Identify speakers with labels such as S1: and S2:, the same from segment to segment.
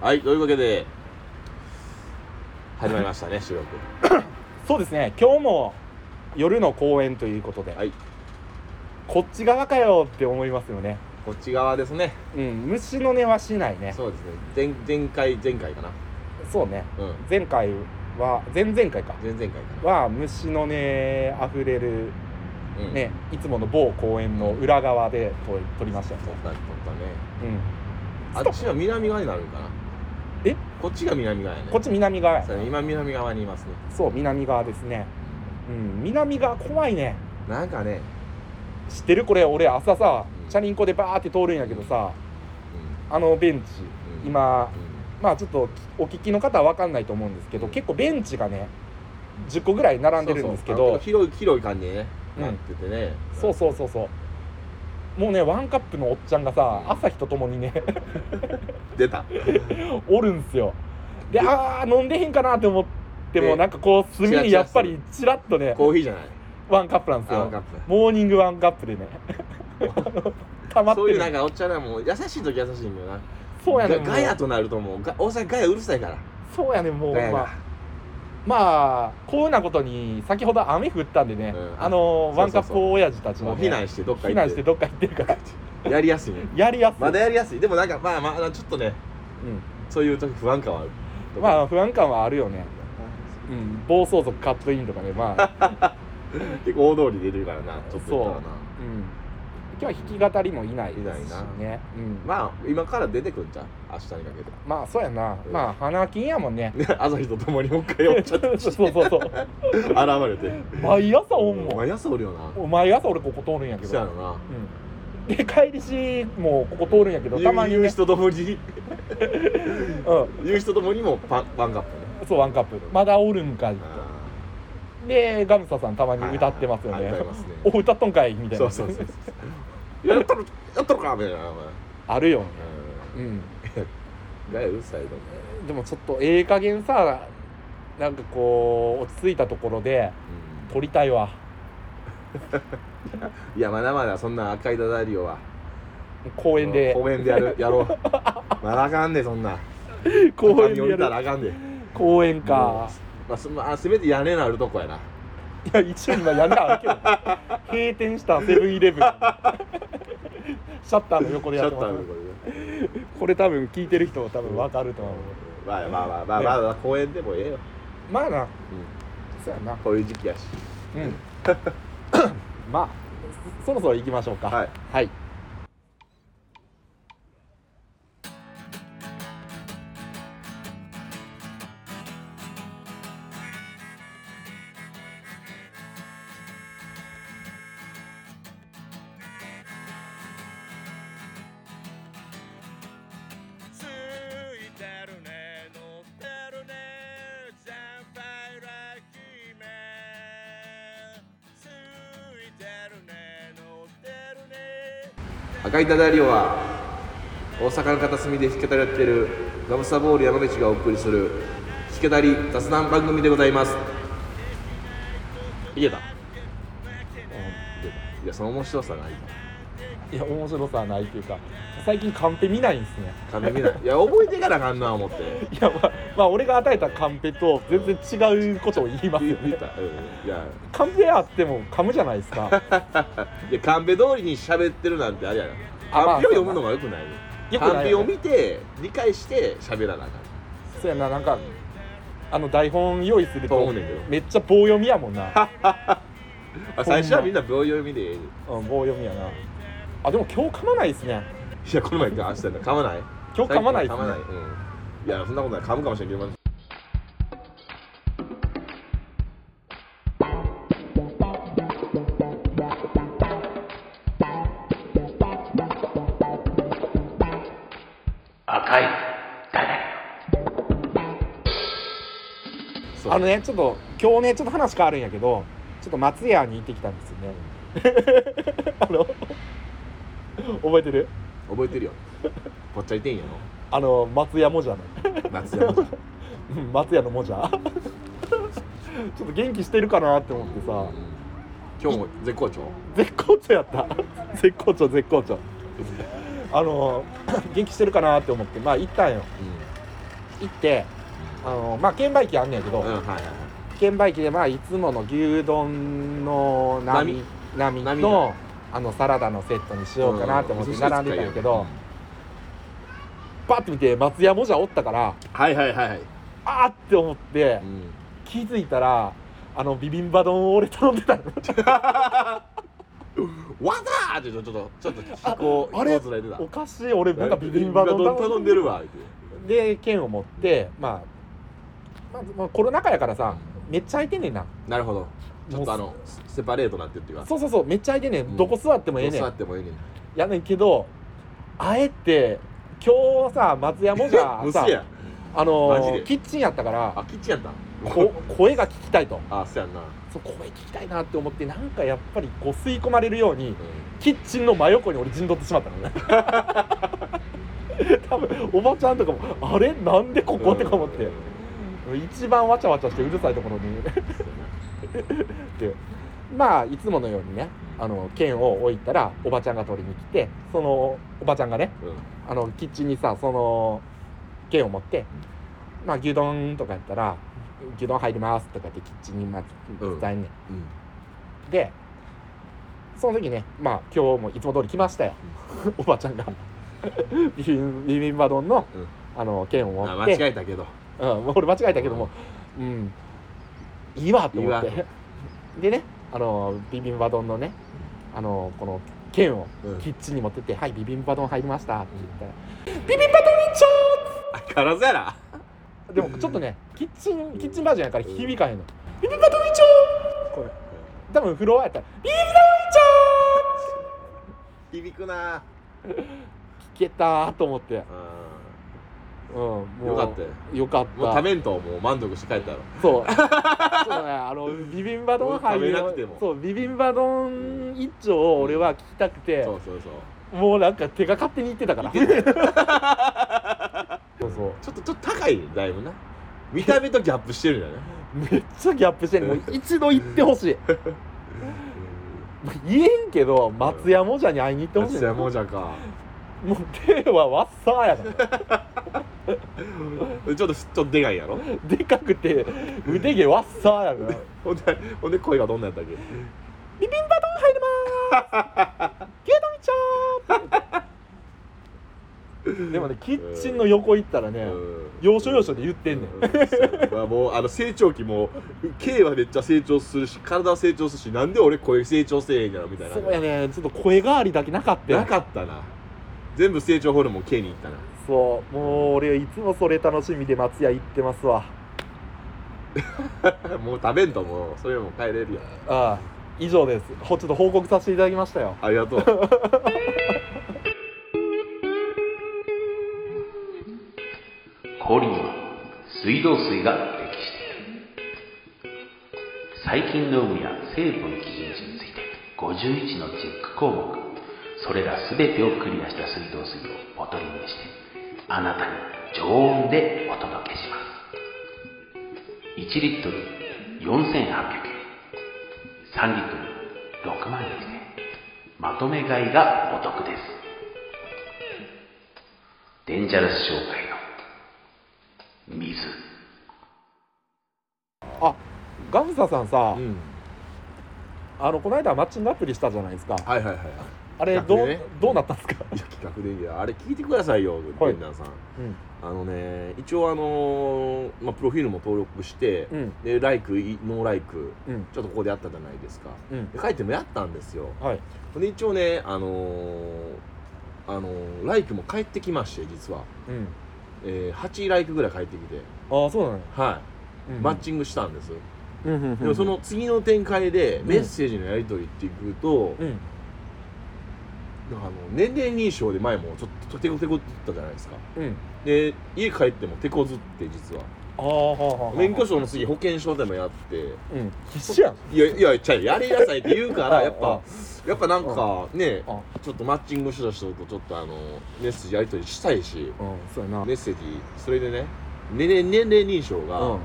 S1: はいというわけで始まりました ね収録
S2: そうですね今日も夜の公演ということで、
S1: はい
S2: こっち側かよって思いますよね
S1: こっち側ですね
S2: うん虫の音はしないね
S1: そうですね前前回前回かな
S2: そうね
S1: うん
S2: 前回は前々回か
S1: 前々回か
S2: は虫の音あふれる
S1: な、うん
S2: ねいつもの某公園の裏側で撮り撮りましたよ
S1: 撮
S2: ね
S1: った撮ったね
S2: うん
S1: あっちは南側になるんかな
S2: え
S1: こっちが南側やね
S2: こっち南側や
S1: そうね今南側にいますね
S2: そう南側ですねうん南側怖いね
S1: なんかね、
S2: 知ってるこれ俺朝さ
S1: うん
S2: チャリンコでバーって通るんやけどさ
S1: う
S2: あのベンチ
S1: んうん、
S2: 今
S1: う
S2: まあちょっとお聞きの方は分かんないと思うんですけど結構ベンチがね10個ぐらい並んでるんですけ
S1: そうそうあの
S2: ど
S1: 広い広い感じにね、
S2: うん
S1: なっててね
S2: そうそうそうそうもうねワンカップのおっちゃんがさ
S1: うん
S2: 朝日とともにね
S1: 出た
S2: おるんすよであー飲んでへんかなって思って
S1: で
S2: もなんかこう隅にやっぱりちらっとね
S1: コーヒーじゃない
S2: ワンカップなんです
S1: あわかっ
S2: よ
S1: た
S2: モーニングワンカップ でね溜まって
S1: そういう
S2: る
S1: なんかおっちゃんらも優しい時優しいんだよな
S2: そうやねん
S1: ガ
S2: もう
S1: ガヤとなるともうが大阪ガヤうるさいから
S2: そうやねんもう
S1: ガヤ
S2: ま
S1: が
S2: あまあ幸運なことに先ほど雨降ったんでね、
S1: うん
S2: あの
S1: そうそうそう
S2: ワンカップ親父たち
S1: も
S2: の、
S1: う
S2: ね、
S1: 避難してどっか
S2: 避
S1: 行
S2: 難
S1: っ
S2: して
S1: て
S2: どっか行ってるから
S1: やりやすいね
S2: やりやすい、
S1: まだやりやすいでもなんかまあまあちょっとねそういう時不安感はある
S2: うん、まあ不安感はあるよね、うん、暴走族カットインとかねまあ、
S1: 結構大通りで出てるからなちょっと言ったらな
S2: うん、今日は弾き語りもいないですし
S1: い
S2: ねうん、ま
S1: まあ今から出てくんじゃん明日にかけて
S2: まあそうやな、
S1: うん
S2: まあ花金やもんね
S1: ね 朝日とともにもう一回おっち
S2: そ
S1: ゃ
S2: う
S1: っ
S2: そうそう
S1: て現れて
S2: 毎朝おんもん
S1: 毎朝おるよな
S2: お毎朝俺ここ通るんやけ
S1: そうや
S2: ど、
S1: ろな
S2: うん、で帰りしもここ通るんやけどたまに、
S1: 言う
S2: ね
S1: 人ともに
S2: う
S1: 言う人ともにもパンパンカップね
S2: ん、そうワンカップまだおるんかい
S1: あ
S2: でガムサさんたま
S1: ー
S2: に歌ってますよ
S1: はい
S2: ね
S1: 歌いますね
S2: お歌っとんかいみたい
S1: そ
S2: な
S1: うそうそうそう やっとるやっとるかみたいなお前
S2: あるよね
S1: う
S2: うん
S1: んガヤうるさいとね
S2: でもちょっとええ加減さなんかこう落ち着いたところで撮りたいわ
S1: いやまだまだそんな赤いダダリオは
S2: 公園で
S1: 公園でやるやろ うまだあかんでそんな
S2: 公園
S1: 畳降
S2: で
S1: りたら
S2: やる
S1: あかんで
S2: 公園
S1: も
S2: か
S1: うまあすまあ、せめて屋根のあるとこやない
S2: や一応今やんなあけど閉店したセブンイレブンシャッターの横で
S1: シ
S2: や
S1: ャッ
S2: って
S1: ター
S2: ま
S1: の
S2: す
S1: とこでね
S2: これ多分聞いてる人は多分わかると思う
S1: まあまあまあまあまあまあ公園でもええよ、
S2: まあな
S1: う、
S2: そうやなん
S1: こういう時期やし
S2: うんまあそそろそろ行きましょうか
S1: はい
S2: はい
S3: ついてるね乗ってるねジャンパイラッキーメンついてるね乗ってるね
S1: 赤いダダリオは大阪の片隅で弾き語りをやっているガムサボール山口がお送りする弾き語り雑談番組でございますいけたいやその面白さない
S2: いや面白さはないというか最近カンペ見ないんですね
S1: な金見ないいや覚えていかなあかんな思って
S2: いやまあ、まあ、俺が与えたカンペと全然違うことを言います
S1: 言
S2: よ
S1: 言っ
S2: ね
S1: た、うん、いや
S2: カンペあっても噛むじゃないです か
S1: いやカンペ通りに喋ってるなんてあれやな
S2: あま
S1: カ
S2: あ
S1: ンペを読むのがよくない
S2: よく
S1: カ
S2: な
S1: ン
S2: い
S1: ペを
S2: よ、ね、
S1: 見て理解して喋らなあかん
S2: そうやななんかあの台本用意する
S1: と思
S2: と
S1: うねんけど
S2: めっちゃ棒読みやもんな、
S1: あ最初はみんな秒読みでええ
S2: うん、棒読みやなあでも今日噛まないですね
S1: いやこの前か明日やな噛まない
S2: 今日噛まないです
S1: 噛ま
S2: ね
S1: ない、うん、いやそんなことない噛むかもしれんけど
S3: 赤い
S1: そう
S2: あのねちょっと今日ねちょっと話変わるんやけどちょっと松屋に行ってきたんですよね あの覚えてる
S1: 覚えてるよぽっちゃりてんや
S2: あの松屋もじゃない
S1: ろ夏山じゃん
S2: うん松屋のも じゃちょっと元気してるかなって思ってさ
S1: うん今日も絶好調
S2: 絶好調やった 絶好 調絶好調あの元気してるかなって思ってまあ行ったんよ
S1: う
S2: 行ってあのまあ券売機あんねんけど、
S1: うんはいはいはい
S2: 券売機でまあいつもの牛丼の並並
S1: 並
S2: のあのサラダのセットにしようかなと思って
S1: うん
S2: 並んでたんやけど、バッて見て松屋もじゃおったから
S1: はいはいはいはい、
S2: あーって思って
S1: うん
S2: 気づいたらあのビビンバ丼を俺頼んでたの
S1: わざーってちょっとちょっとちょっと飛行
S2: あれ
S1: 飛行ずれてた
S2: おかしい俺なんかビビンバ丼
S1: ビビンバ頼んでるわ言うて
S2: で券を持って、まあ、まあまあコロナ禍やからさめっちゃ空いてんねんな
S1: なるほどちょっとあのセパレートなってるっていうか
S2: そうそうそうめっちゃ空いてんねん、
S1: うん
S2: どこ座ってもええねん
S1: 座ってもいいねん
S2: やねんけどあえて今日さ松山じ ゃ
S1: 無
S2: さ
S1: 視や
S2: あの
S1: マジ
S2: ー
S1: で
S2: キッチンやったから
S1: あキッチンやった
S2: こ声が聞きたいと
S1: あそうやんな、
S2: そう声聞きたいなって思ってなんかやっぱりこう吸い込まれるように
S1: う
S2: キッチンの真横に俺陣取ってしまったのね 多分おばちゃんとかもあれなんでこ
S1: ん
S2: こってか思って
S1: うん
S2: 一番わちゃわちゃしてうるさいところに でまあいつものようにねあの剣を置いたらおばちゃんが取りに来てそのおばちゃんがねあのキッチンにさその券を持って、まあ、牛丼とかやったら「牛丼入ります」とかってキッチンにまず
S1: うん
S2: 伝えんね、
S1: うん
S2: ん、でその時ねまあ今日もいつも通り来ましたよ、おばちゃんがビビンビビンバ丼の,、
S1: うん
S2: あの券を持
S1: うん、あ
S2: っ
S1: 間
S2: て
S1: 違えたけど
S2: うん、もう俺間違えたけども、うん、いいわと思っ
S1: いい
S2: て。でね、あのビビンバ丼のね、あのこの券を
S1: うん
S2: キッチンに持ってって、はい、ビビンバ丼入りましたって言ったら、ビビンバ丼一丁
S1: あからずやな
S2: でもちょっとね、キッチン、キッチンバージョンやから響かへんの。ビビンバ丼一丁これ、多分フロアやったら、ビビンバ丼
S1: 響くな
S2: 一丁聞けたと思って、
S1: う
S2: うん、も
S1: んよかったよ
S2: た。よかっ
S1: もう
S2: た。
S1: 食べんともう満足して帰ったやろ
S2: そう。そうね、あのビビンバ丼入
S1: もう
S2: る
S1: 食べなくても
S2: そうビビンバ丼一丁を俺は聞きたくて
S1: そ、うそうそう
S2: もうなんか手が勝手にいってたから。
S1: 言ってたよ
S2: そうそう。
S1: ちょっとちょっと高いねだいぶな見た目とギャップしてるんだよね
S2: めっちゃギャップしてんの。もう一度行って ほしい。言えんけど松屋もじゃに会いに行ってほしい。
S1: じゃもう
S2: ゃ。
S1: じゃか
S2: もう手はわっさーやから。
S1: ちょっとちょっとでかいやろ
S2: でかくて腕毛わっさーやから。
S1: ほんでほんで声がどんなんやったっけ
S2: ビビンバ丼入りまーす。牛丼一丁。でもねキッチンの横行ったらね。
S1: うん
S2: 要所要所で言ってんねん、
S1: うんそうやなもうあの成長期も K はめっちゃ成長するし体は成長するしなんで俺声成長せえへんやろみたいな
S2: そうやねちょっと声変わりだけなかったよ
S1: なかったな全部成長ホルモン K にいったな
S2: そうもう俺いつもそれ楽しみで松屋行ってますわ
S1: もう食べんともうそれはもう帰れるよ
S2: ああ以上ですほちょっと報告させていただきましたよ
S1: ありがと う
S4: 氷には水道水が適している細菌の有無や成分基準値について51のチェック項目それら全てをクリアした水道水をボトリングしてあなたに常温でお届けします1リットル4800円3リットル6万円まとめ買いがお得ですデンジャラス商会の水
S2: あガムサさんさ、
S1: うん
S2: あのこの間マッチングアプリしたじゃないですか
S1: はいはいはい
S2: あれ
S1: 逆
S2: ど
S1: に
S2: う,、
S1: ね
S2: どうなったんですか、
S1: いや企画でいいやあれ聞いてくださいよ
S2: はい
S1: 源ンさん
S2: うん
S1: あのね一応あのーまあプロフィールも登録して
S2: うん
S1: でライクいノーライク
S2: うん
S1: ちょっとここでやったじゃないですか
S2: うん
S1: で書いてもやったんですよ
S2: はい
S1: で一応ねあのーあのーライクも帰ってきまして実は、
S2: うん
S1: えー、8ライクぐらい帰ってきて
S2: ああそうなの、
S1: は
S2: う
S1: い
S2: ん
S1: マッチングしたんです、
S2: うんうんうん
S1: でもその次の展開でメッセージのやり取りっていくと、
S2: うん
S1: なんかあの年齢認証で前もちょっとテコテコって言ったじゃないですか
S2: うん
S1: で家帰っても手こずって実は
S2: ああはあはあはあ
S1: 免許証の次保険証でもやって
S2: うん必死やん
S1: いやいやちゃうやりなさいって言うか
S2: あ
S1: ら
S2: あ
S1: やっぱやっぱなんかね
S2: あ
S1: ちょっとマッチングした人とちょっとあのメッセージやり取りしたいし
S2: うんそうやな
S1: メッセージそれでね年齢年齢認証
S2: うん
S1: が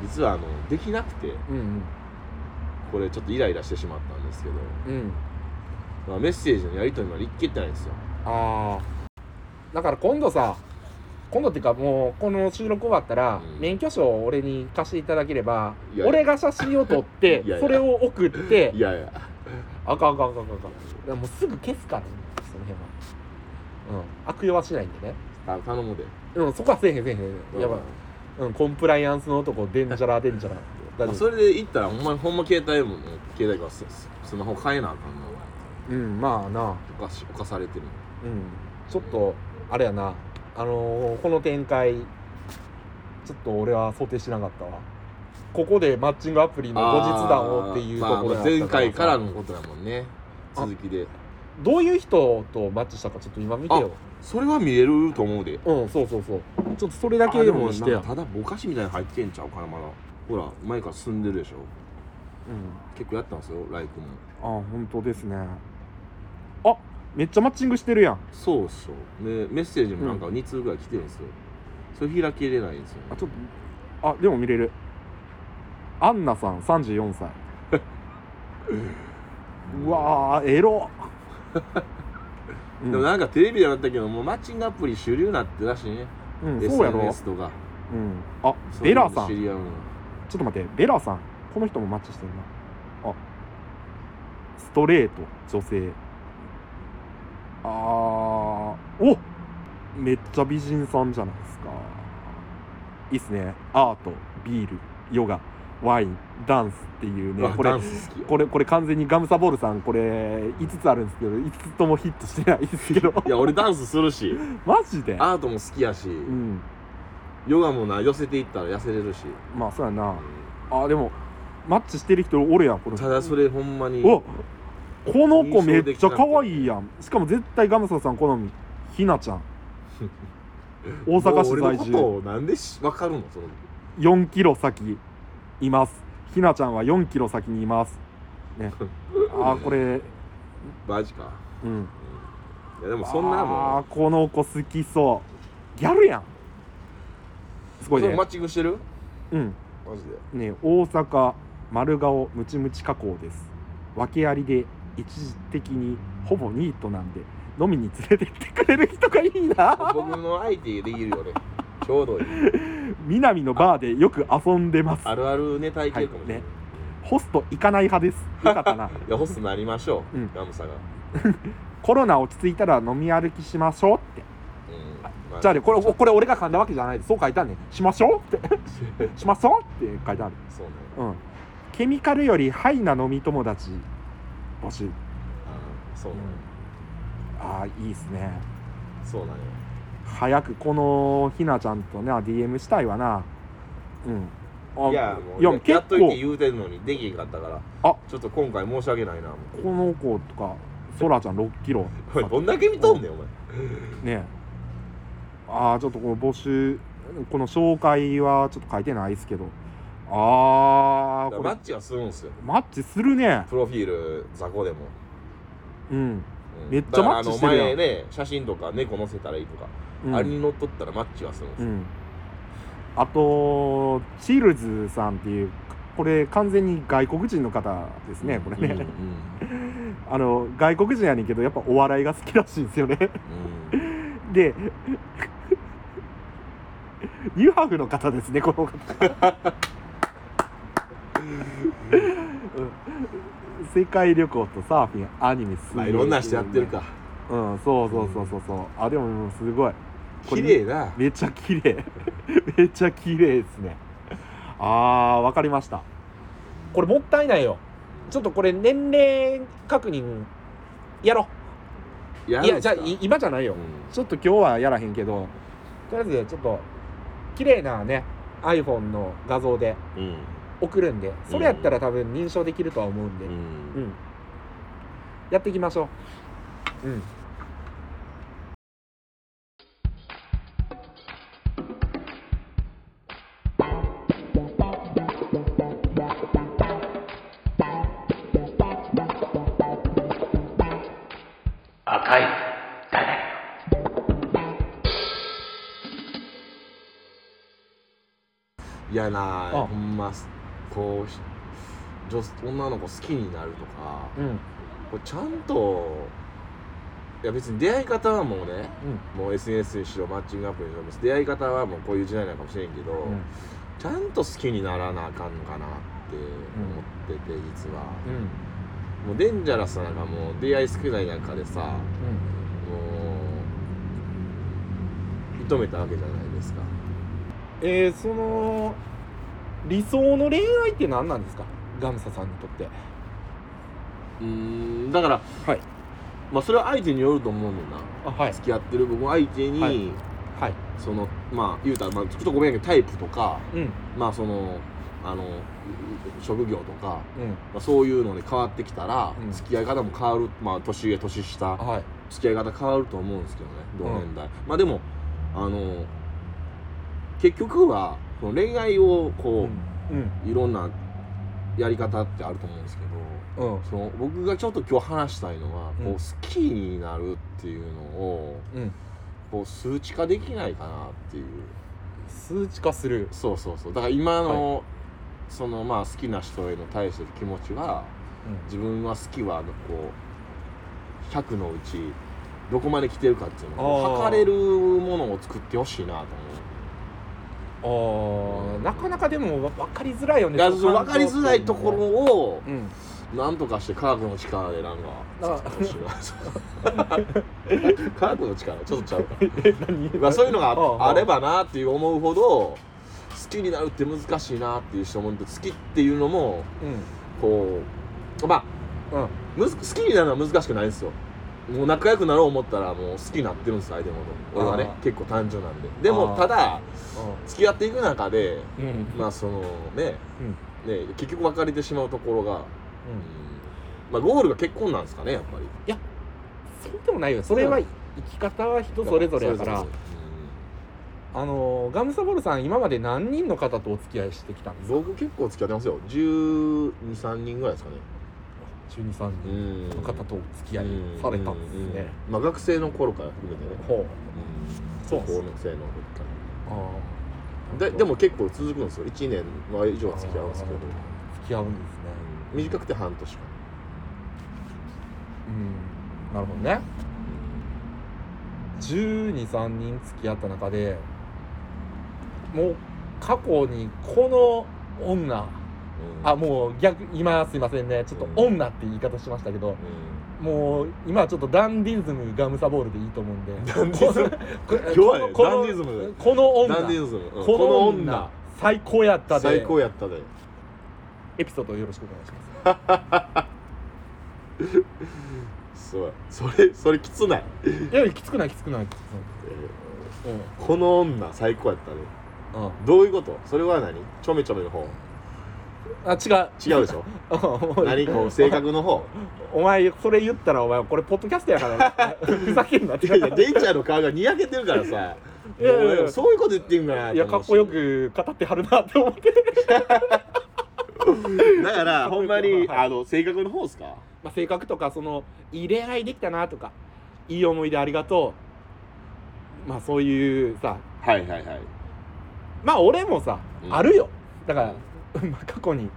S1: 実はあのできなくて
S2: うん
S1: これちょっとイライラしてしまったんですけど、
S2: うんうん
S1: まあ、メッセージのやり取りまでいけてないんですよ
S2: ああだから今度さ今度っていうかもうこの収録終わったら、
S1: うん
S2: 免許証を俺に貸していただければ
S1: いやいや
S2: 俺が写真を撮って
S1: いやいや
S2: それを送って
S1: いやいや
S2: あかんあかんあかんあかんあかんもうすぐ消すからその辺は、うん、悪用はしないんでね
S1: あ頼むで
S2: うんそこはせえへんせえへんせえへんやばい、うん、コンプライアンスの男デンジャラデンジャラ大
S1: ま
S2: 丈
S1: あそ
S2: 夫
S1: れで行ったらほんまほんま携帯ももう携帯がススマホ変えなあかんの
S2: うんまあな
S1: おかし犯されてる
S2: うんちょっとあれやなあのーこの展開ちょっと俺は想定してなかったわここでマッチングアプリの後日談をっていうところ
S1: ま
S2: や
S1: あま
S2: った
S1: あ
S2: ら
S1: 前回からのことやもんね続きで
S2: どういう人とマッチしたかちょっと今見てよ
S1: それは見れると思うで
S2: うんそうそうそうちょっとそれだけ
S1: あ
S2: で
S1: で
S2: も
S1: も
S2: して
S1: なん
S2: や
S1: かただぼかしみたいに入ってんちゃうかなまだほら前から進んでるでしょ
S2: うん
S1: 結構やったんですよライクも
S2: あ本当ですねあめっちゃマッチングしてるやん
S1: そうそうでメッセージもなんか2通ぐらい来てるんですよ、それ開けれないんですよね、
S2: ちょっとあでも見れるアンナさん34歳 うわーエロ
S1: でもなんかテレビではなったけどもうマッチングアプリ主流になってたしね、
S2: うん、そうやろ、
S1: SNS とか
S2: うん、あ
S1: そうい
S2: ベ
S1: うの
S2: ラ
S1: で
S2: さん
S1: 知
S2: ちょ
S1: り合うの
S2: っと待ってベラさんこの人もマッチしてるなあストレート女性あーおめっちゃ美人さんじゃないですかいいっすねアートビールヨガワインダンスっていうね
S1: あ
S2: これ
S1: ダンス好きよ
S2: これこれ完全にガムサボールさんこれ5つあるんですけど5つともヒットしてないですけど
S1: いや俺ダンスするし
S2: マジで
S1: アートも好きやし、
S2: うん
S1: ヨガもな寄せていったら痩せれるし、
S2: まあそうやなあでもマッチしてる人おるやんこの人
S1: ただそれほんまに
S2: おこの子めっちゃ可愛いやんしかも絶対ガムサさん好みひな ちゃん大阪市
S1: もう俺
S2: 在
S1: のこ
S2: 住
S1: とをなんでし分かるのその
S2: 4キロ先いますひなちゃんは4キロ先にいます ねあーこれ
S1: マジか
S2: うん
S1: いやでもそんな
S2: あー
S1: も
S2: この子好きそうギャルやんす
S1: う
S2: ごい
S1: それ
S2: ね
S1: マッチングしてる
S2: うん
S1: マジで
S2: ね大阪丸顔ムチムチ加工です訳ありで一時的にほぼニートなんで飲みに連れてってくれる人がいいな
S1: 僕の相手できるよねちょうどいい
S2: 南のバーでよく遊んでます
S1: あるあるネタいけるかもしれな、
S2: はいいねホスト行かない派ですよかった な
S1: いやホストになりましょう、
S2: うん
S1: ガムサが、うん
S2: コロナ落ち着いたら飲み歩きしましょうって
S1: ま
S2: じゃあねこれおこれ俺が噛んだわけじゃないですそう書いてあるねしましょうって しましょうって書いてある
S1: そうね
S2: うんケミカルよりハイな飲み友達募集
S1: あーそうなんや
S2: ああいいっすね
S1: そうなんや
S2: 早くこのひなちゃんとね DM したいわなうんあ
S1: いやもう
S2: いや
S1: やや
S2: 結
S1: っといて
S2: 構
S1: 言うてんのにできへんかったから
S2: あ
S1: ちょっと今回申し訳ないなもう
S2: この子とかそらちゃん6キロ
S1: お いどんだけ見とんねんお前
S2: ねああちょっとこの募集この紹介はちょっと書いてないですけどああ
S1: だ
S2: こ
S1: からマッ
S2: れ
S1: チはするんすよ
S2: マッチするね
S1: プロフィール雑魚でも、
S2: うん
S1: うん
S2: めっちゃマッチしてるやん
S1: だからあの前ね写真とか猫載せたらいいとか、
S2: うん
S1: あれに乗っとったらマッチはするんです
S2: う
S1: よ、
S2: んあとチルズさんっていうこれ完全に外国人の方ですねこれね、
S1: うんうん
S2: あの外国人やねんけどやっぱお笑いが好きらしいんですよね
S1: うん
S2: で、ニューハーフの方ですね、この方。うん世界旅行とサーフィン、アニメ、す
S1: まあいろんな人やってる。か
S2: うん、そうそうそうそうそう。あ、でももうすごい。これ
S1: 綺麗な
S2: めっちゃ綺麗。 めっちゃ綺麗ですね。あー、わかりました。これもったいないよ。ちょっとこれ年齢確認やろ
S1: や
S2: う。いや、じゃあい今じゃないよ。ちょっと今日はやらへんけど、とりあえずちょっと、綺麗なね、iPhone の画像で
S1: うんうん
S2: 送るんで、それやったら多分認証できるとは思うんで、
S1: う
S2: うん。
S1: ん
S2: やっていきましょう。うん。
S4: 赤い誰
S1: いやなあ
S2: あ
S1: ほんますこうひ女女の子好きになるとか
S2: うん。
S1: これちゃんといや別に出会い方はもうね
S2: うん
S1: もう SNS にしろマッチングアプリにしろ別に出会い方はもうこういう時代なのかもしれんけど、
S2: うん
S1: ちゃんと好きにならなあかんのかなって思ってて実は、
S2: うん
S1: もうデンジャラスなんかもう出会い少ない中でさもう射止めたわけじゃないですか
S2: えー、その理想の恋愛って何なんですかガムサさんにとって
S1: うんだから、
S2: はい
S1: まあ、それは相手によると思うねんだな
S2: あはい
S1: 付き合ってる僕も相手に、
S2: はいはい
S1: そのまあ言うたら、まあ、ちょっとごめんやけどタイプとか
S2: うんうん
S1: まあそのあの職業とか、まあ、そういうので変わってきたら、
S2: うん
S1: 付き合い方も変わる、まあ、年上年下
S2: あはい
S1: 付き合い方変わると思うんですけどね同年代、まあでもあの結局はその恋愛をこ
S2: うん
S1: う、いろんなやり方ってあると思うんですけど
S2: うん
S1: その僕がちょっと今日話したいのは、
S2: うん
S1: こう好きになるっていうのを
S2: うん
S1: こう数値化できないかなっていう
S2: 数値化する
S1: そうそうそうだから今の、そのまあ好きな人への対しての気持ちは自分は好きはこう100のうちどこまで来てるかっていうのを
S2: あー
S1: 測れるものを作ってほしいなと思う
S2: あーなかなかでも分かりづらいよね
S1: だからその分かりづらいところを
S2: うん
S1: なんとかして科学の力でなんか
S2: あ
S1: 作ってほしいな 科学の力ちょっとちゃうか、
S2: え何
S1: まあ、そういうのが
S2: あー
S1: ああればなっていう思うほど好きになるって難しいなっていう人もいると好きっていうのも
S2: う
S1: こうまあ
S2: んうん
S1: むず好きになるのは難しくないんですよもう仲良くなろう思ったらもう好きになってるんです相手のこと俺はね
S2: あー
S1: 結構単純なんででも
S2: あー
S1: ただ付き合っていく中で
S2: うんうん
S1: まあそのね,、ね結局別れてしまうところが、
S2: う
S1: うんんまあ、ゴールが結婚なんですかねやっぱり
S2: そうでもないよそれは生き方は人それぞれやから
S1: それぞ
S2: あのーガムサボルさん今まで何人の方とお付き合いしてきたんで
S1: れ
S2: す
S1: ぞれうん僕結構付き合ってますよ123人ぐらいですかね
S2: 中二さん人
S1: ん
S2: の方とお付き合いされたんです
S1: う
S2: ね
S1: んまあ学生の頃から含めてね
S2: ほう
S1: うん
S2: そうな
S1: 高校
S2: んです
S1: 生の時から
S2: ああ
S1: ででも結構続くんですよ1年は以上は付き合うんですけど
S2: あー付き合うんですね
S1: 短くて半年か
S2: うんなるほどね123人付き合った中でもう過去にこの女
S1: うん
S2: あもう逆今すいませんねちょっと
S1: うん
S2: 女って言い方しましたけどもう今はちょっとダンディズムガムサボールでいいと思うんで
S1: ダンディズム
S2: こ
S1: 今日はね
S2: この
S1: ダンディズム
S2: この
S1: うん
S2: 女
S1: ダンディズムうん
S2: この
S1: こ
S2: 女最高やったで
S1: 最高やったで
S2: エピソードをよろしくお願いします
S1: そうそれそれきつない
S2: いやきつくないきつくないきつくない
S1: この女最高やったで
S2: うん、うん、
S1: どういうことそれは何ちょめちょめの方
S2: あ違う
S1: 違うでし ょ
S2: うん
S1: 何こう性格の 方
S2: お前それ言ったらお前これポッドキャストや からなふざけんなって
S1: いやいやデンチャーの顔がにやけてるからさ
S2: いやいやいや
S1: もうそういうこと言ってんから
S2: いやかっこよく語ってはるなって思って、
S1: だ からほんまにあの性格の方ですか
S2: まあ、性格とかそのいい恋愛できたなとかいい思い出ありがとうまあそういうさ
S1: はいはいはい
S2: まあ俺もさ、
S1: うん
S2: あるよだから、 まあ、過去に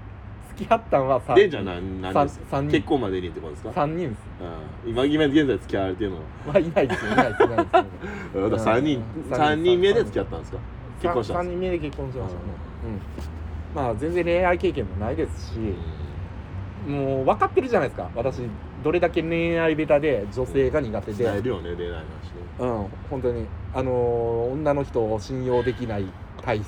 S2: 付き合ったんはさ
S1: デンジャーなんなんです
S2: さん三人
S1: 結婚までにってことですか
S2: 3人です
S1: うん今今現在付き合われてるのは
S2: まあいないですよいないですいないです
S1: だから三人
S2: うん
S1: 三人目で付き合ったんですか 結婚した
S2: 3
S1: んです
S2: 人目で結婚しましたね、うんまあ全然恋愛経験もないですし、もう分かってるじゃないですか私どれだけ恋愛下手で女性が苦手
S1: か伝え
S2: で、
S1: るよね恋愛の話ね
S2: うん、本当にあのー女の人を信用できない体質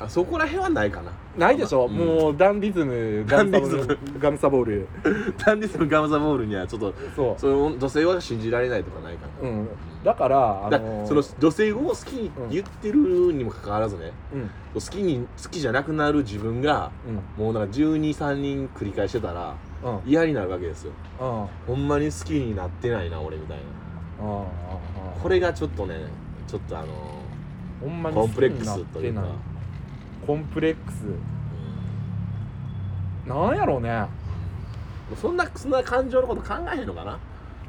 S1: あそこら辺はないかな
S2: ないでしょ、
S1: うん
S2: もうダンディズムガムサボー
S1: ダンデ
S2: ルガムサボール
S1: ダンディズムガムザボールにはちょっと
S2: そ
S1: その女性は信じられないとかないか
S2: う、う、
S1: なん
S2: だから、あ
S1: だ
S2: のー
S1: その女性を好きに言ってるにもかかわらずね
S2: う
S1: 好
S2: ん
S1: きに好きじゃなくなる自分が
S2: うん
S1: もうなんか123人繰り返してたら
S2: うんうん
S1: 嫌になるわけですよ
S2: うん
S1: ほんまに好きになってないな俺みたいな
S2: うん
S1: これがちょっとねちょっとあの
S2: ほんまに
S1: コ
S2: 好
S1: ン
S2: き
S1: プレッ
S2: に
S1: ク
S2: な
S1: ス
S2: っ
S1: と
S2: て
S1: いう
S2: ない
S1: か
S2: コンプレックスなんやろうね
S1: うんそんなそんな感情のこと考えへんのかな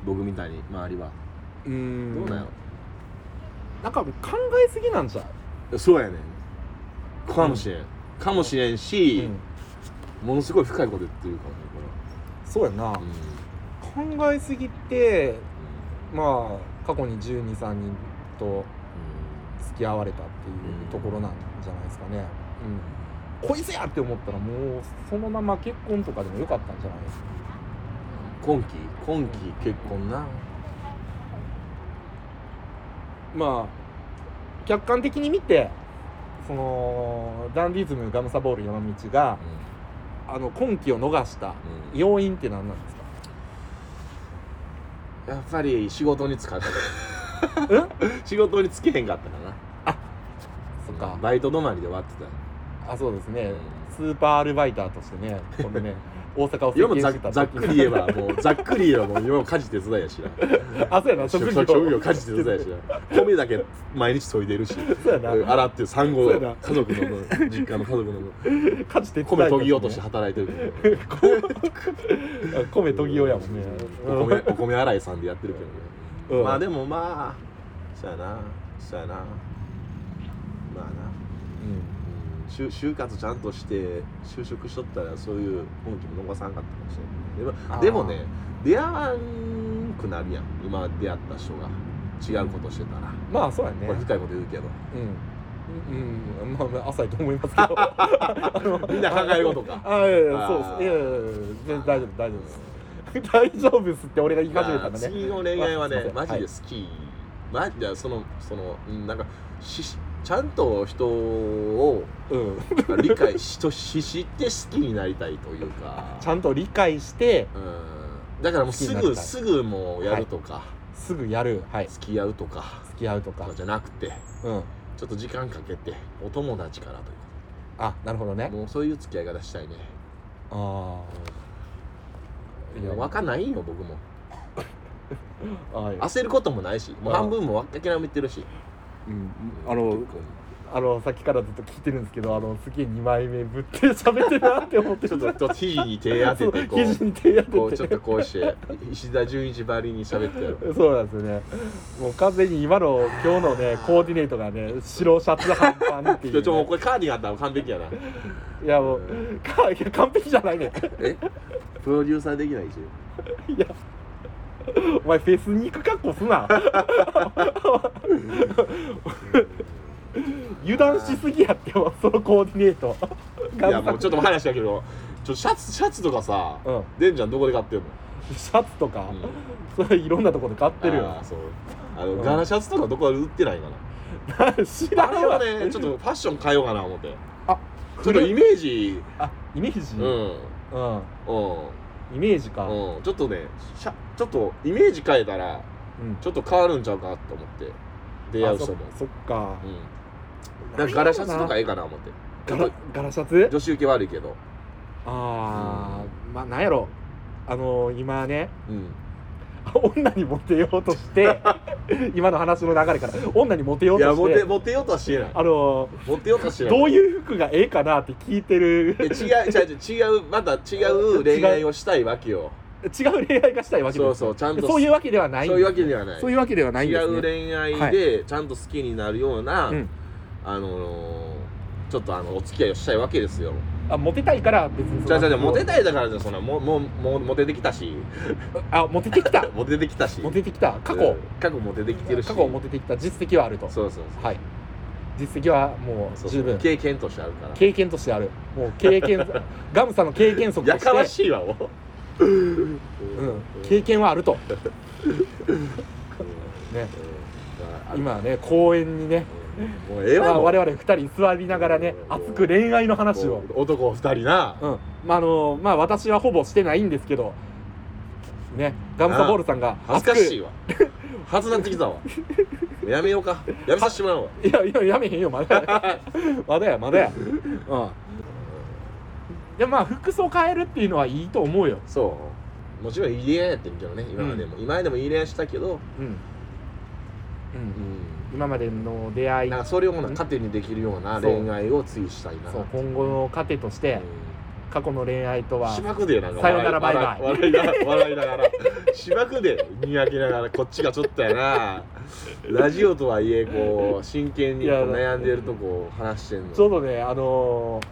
S1: 僕みたいに周りはど
S2: うん
S1: うなんや
S2: なんか考えすぎなんじゃ
S1: ろそうやねんかもしれん、かもしれん
S2: う、
S1: し
S2: ん、
S1: ものすごい深いこと言ってるかもね
S2: そうやな、
S1: これ、
S2: 考
S5: 考えすぎてまあ過去に123人と付き合われたっていうところなんじゃないですかね、うん、こいつやって思ったらもうそのまま結婚とかでもよかったんじゃないですか
S1: 今期今期結婚な
S5: まあ客観的に見てそのダンディズムガムサボール山道があの今期を逃した
S1: うん
S5: 要因って何なんですか
S1: やっぱり仕事に使 った
S5: うん
S1: 仕事につけへんかったかな
S5: そっか
S1: バイト止まりで終わってた
S5: あそうですね、
S1: うん
S5: スーパーアルバイターとしてねこ のね大阪を
S1: 今も
S5: 席
S1: ざ
S5: 巻して
S1: ったざっくり言えばもうざっくり言えばもう今も家事手伝いやしな
S5: あそうやな職業
S1: 職業家事手伝いやしな米だけ毎日研いでるし
S5: そうやな
S1: うん洗って産後
S5: そうやな
S1: 家族の 分実家の家族の分
S5: 家事手伝い
S1: 米研ぎようとして働いてるけどね
S5: あ米研ぎ用やもんね
S1: お 米お米洗いさんでやってるけどね
S5: うん
S1: まあでもまあそうやなそうやなまあな
S5: うん
S1: 就就活ちゃんとして就職しとったらそういう本気も逃さんかったかもしれ
S5: あ
S1: ない
S5: ー
S1: でもでもね出会わんくなるやん今出会った人が違うことしてたら、
S5: まあそうやね
S1: これ深いこと言うけど
S5: うん、うん、まあまあ浅いと思います けどあの
S1: みんな考え事か
S5: あいやいや
S1: あー
S5: そうですいやいやいや 全然大丈夫大丈夫です 大丈夫ですって俺が言い始めた
S1: あ
S5: ん
S1: ー
S5: だね
S1: 次の恋愛は
S5: あすい
S1: ね
S5: ま
S1: マジ
S5: せん
S1: で好き、マジでそのそのうんなんかしちゃんと人を
S5: はいうん
S1: 理解しとし知って好きになりたいというか
S5: ちゃんと理解して
S1: うんだからもうす
S5: 好きになり
S1: ぐ
S5: たい
S1: すぐもうやるとか、
S5: すぐやるはい
S1: 付き合うとか
S5: 付き合うと
S1: と
S5: か
S1: かじゃなくて
S5: うん
S1: ちょっと時間かけてお友達からという
S5: あなるほどね
S1: もうそういう付き合い方したいね
S5: ああ
S1: いや分かんないよ僕も
S5: はい
S1: 焦ることもないしもう
S5: あ
S1: 半分も諦めてるし
S5: うんあの
S1: 結構
S5: あのさっきからずっと聞いてるんですけどあのすげえ2枚目ぶって喋ってるなって思って
S1: ちょっとちょっと肘に手当ててこ
S5: 肘
S1: う
S5: に手
S1: こ
S5: 当
S1: うちょ
S5: て
S1: ってとこうして石田純一ばりに喋ってやろう
S5: そうなんですよねもう完全に今の今日のねコーディネートがね白シャツ半パンってい
S1: ちょ
S5: う
S1: ちょもう
S5: ね、
S1: これカーディガンだったら完璧やない
S5: やもうかいや完璧じゃないね
S1: えプロデューサーできないし
S5: いやお前フェスに行く格好すな油断しすぎやってもそのコーディネート
S1: いやもうちょっと話だけどちょシャツシャツとかさ、
S5: うん
S1: デンちゃんどこで買ってんの
S5: シャツとか、
S1: うん
S5: それいろんなところで買ってるよ
S1: あーそうあの、
S5: うん
S1: ガラシャツとかどこで売ってないかな
S5: 知
S1: あ
S5: らん
S1: れ
S5: わ
S1: はねちょっとファッション変えようかな思って
S5: あ
S1: ちょっとイメージ
S5: あイメージ、
S1: うんうん
S5: うん
S1: う
S5: イメージか、うん
S1: ん、ちょっとねしゃちょっとイメージ変えたらちょっと変わるんちゃうかと思って出会う人も
S5: あそそっか
S1: う、んなんかガラシャツとかええかな思ってちょ
S5: ガ
S1: っ
S5: ラ
S1: と
S5: ガラシャツ
S1: 女子受け悪いけど
S5: ああ、まあなんやろあのー、今ね
S1: うん
S5: 女にモテようとして 今の話の流れから女にモテよう
S1: い
S5: と
S1: や
S5: し
S1: モ
S5: て
S1: テモテようとはしてない
S5: あの
S1: モテようとはして
S5: ー、
S1: ない
S5: どういう服がええかなって聞い てる
S1: え違う違う違う違うまた違う恋愛をしたいわけよ
S5: 違う恋愛がしたいわけです
S1: そうそうちゃんと
S5: そういうわけではない
S1: そういうわけ
S5: は
S1: ではない
S5: そういうわけではないんで
S1: 違
S5: す、ね、
S1: う恋愛でちゃんと好きになるような、
S5: うん
S1: あのーちょっとあのお付き合いをしたいわけですよ。
S5: あモテたいから別に
S1: じゃあじゃあじゃあモテ
S5: た
S1: たいだからじゃあそんなもももモテてきたし
S5: あモテてきた
S1: モテてきたし
S5: モテてきた過
S1: う
S5: 去
S1: ん過去モテてきてるし
S5: 過去をモテてきた実績はあると
S1: そうそう
S5: はい実績はも
S1: そうう
S5: 十分
S1: 経験としてあるから
S5: 経験としてあるもう経 験ガムさんの経験則と
S1: や
S5: して
S1: かましいわもううん
S5: うん、経験はあると、ね、
S1: まあ
S5: 今はね公園にね
S1: もうええ
S5: ま
S1: わ
S5: あ
S1: もう
S5: 我々二人座りながらね熱く恋愛の話を
S1: も、う男二人な、
S5: うんまああのまあ、私はほぼしてないんですけど、ね、ガムサボールさんが
S1: 恥ずか しいわ恥ずなってきたわやめようかやめさせてもらうわ
S5: いやいややめへんよまだ まだやまだやうんでまあ服装変えるっていうのはいいと思うよ
S1: そうもちろんいい恋愛やってんけどね今までも、今までもいい恋愛したけど、
S5: うん、う、
S1: うんん、
S5: 今までの出会い
S1: なんかそれをなんか糧にできるような
S5: そう
S1: 恋愛を追したいな
S5: そう今後の糧として過去の恋愛と
S1: うん
S5: は
S1: しまくでなんか
S5: さよならバイバイ
S1: 笑い笑い笑いながら笑いながらしまくでにやけながらこっちがちょっとやなラジオとはいえこう真剣にこう
S5: いや
S1: 悩んでるとこを話してんの
S5: ちょうどねあのー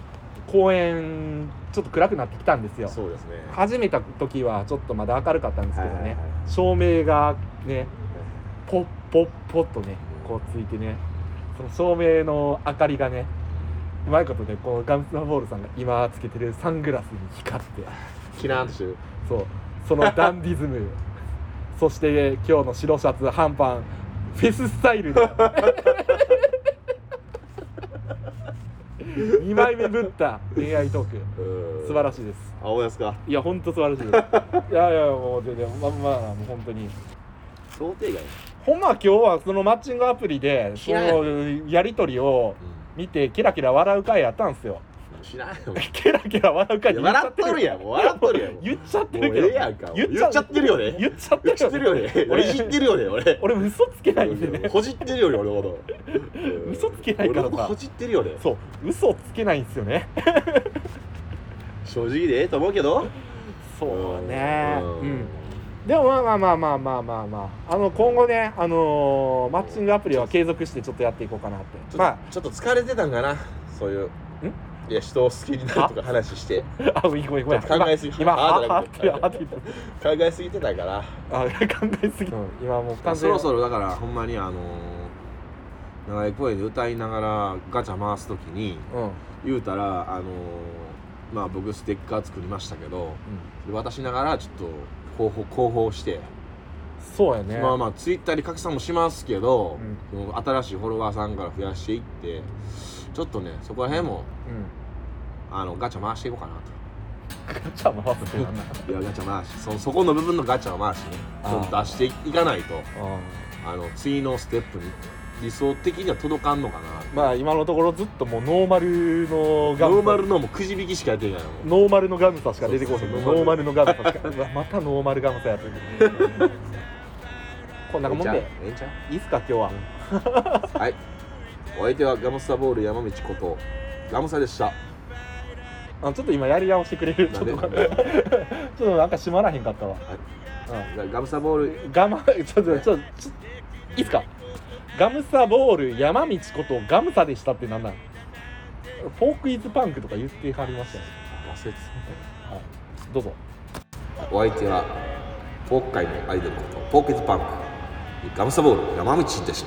S5: 公園ちょっと暗くなってきたんですよ
S1: そうですね
S5: 始めた時はちょっとまだ明るかったんですけどね、
S1: はいはいはい
S5: 照明がねポッポッポッとねこうついてねその照明の明かりがねうまいことねこのガムスナボールさんが今つけてるサングラスに光って
S1: キラーンとしてる
S5: そうそのダンディズムそして今日の白シャツ半パンフェススタイルで2枚目ぶった恋愛トーク素晴ら
S1: しい
S5: しいです
S1: 青ですか
S5: いや本当素晴らしいですいやいやもう全然まあまあもう本当に
S1: 想定外
S5: ほんまは今日はそのマッチングアプリでそ
S1: 嫌い
S5: のやり取りを見てキラキラ笑う会やったんですよ
S1: しないよ
S5: キラキラ笑う会って言っちゃ
S1: 笑
S5: っ
S1: ってと
S5: る
S1: るやんもう笑っとるやんもう
S5: 言っちゃって
S1: もう
S5: るけど
S1: ええやんか
S5: 言っ
S1: 言っちゃってるよね
S5: 言っちゃって
S1: 言っ
S5: る
S1: ちゃってるよね俺いじってるよね 俺
S5: 俺嘘つけないんでね
S1: ほじってるよね俺のことうん
S5: 嘘つけないからさ
S1: 俺のことほじってるよね
S5: そう嘘つけないんですよね
S1: 正直でええと思うけど
S5: そうね
S1: うん
S5: うんでもまあまあまあまあまあまあまああの今後ねあのーマッチングアプリは継続してちょっとやっていこうかなってまあ
S1: ちょっと疲れてたんかなそういうんいや人を好きになるとか話して
S5: あ、ごめんごめんごめん。
S1: 考えすぎ
S5: 今、
S1: あ
S5: は
S1: ー
S5: はって、
S1: じゃ
S5: は
S1: なく
S5: ってて言っ
S1: 考えすぎてたから
S5: た。あ、考えすぎ。うん今もう完
S1: そ
S5: 全
S1: ろそろだからほんまにあのー長井公園で歌いながらガチャ回す時に
S5: うん。うん。
S1: 言うたらあのーまあ僕ステッカー作りましたけど渡しながらちょっと広報広報して、
S5: そうやね。
S1: まあまあツイッターで拡散もしますけど
S5: うん、
S1: もう新しいフォロワーさんから増やしていってちょっとねそこら辺も
S5: うん。
S1: あのガチャ回していこうかなと
S5: ガチャ回すってなんだ。
S1: いやガチャ回しそそこの部分のガチャを回してね
S5: あ
S1: ちょ
S5: ー
S1: っと出していかないと
S5: あ
S1: あの次のステップに理想的には届かんのかな
S5: ーまあ今のところずっともうノーマルのガム
S1: ノー
S5: サ
S1: マルのもうくじ引きしかやってないのもう
S5: ノーマルのガムサしか出てこない
S1: そうそう
S5: ノーマルのガムサしかうわまたノーマルガムサやってる こんなもんで
S1: ええんちゃう
S5: いいっすか今日は
S1: はいお相手はガムスタボール山道ことガムサでした
S5: あのちょっと今やり直してくれるち
S1: な
S5: ょ
S1: ん
S5: っ
S1: でなん
S5: とちょ
S1: で
S5: っとなんか閉まらへんかったわうん
S1: じゃあガムスタボール
S5: ガマ、 ちょっと、ちょっと、ちょっといいっすかガムサボール山道ことガムサでしたってなんなんフォークイズパンクとか言ってはりましたよ、ね、
S1: 忘れて
S5: はい、どうぞ
S1: たお相手はポーク界のアイドルことポークイズパンクガムスタボール山道でし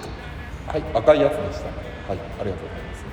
S1: た
S5: はい、赤いやつでしたはい、ありがとうございます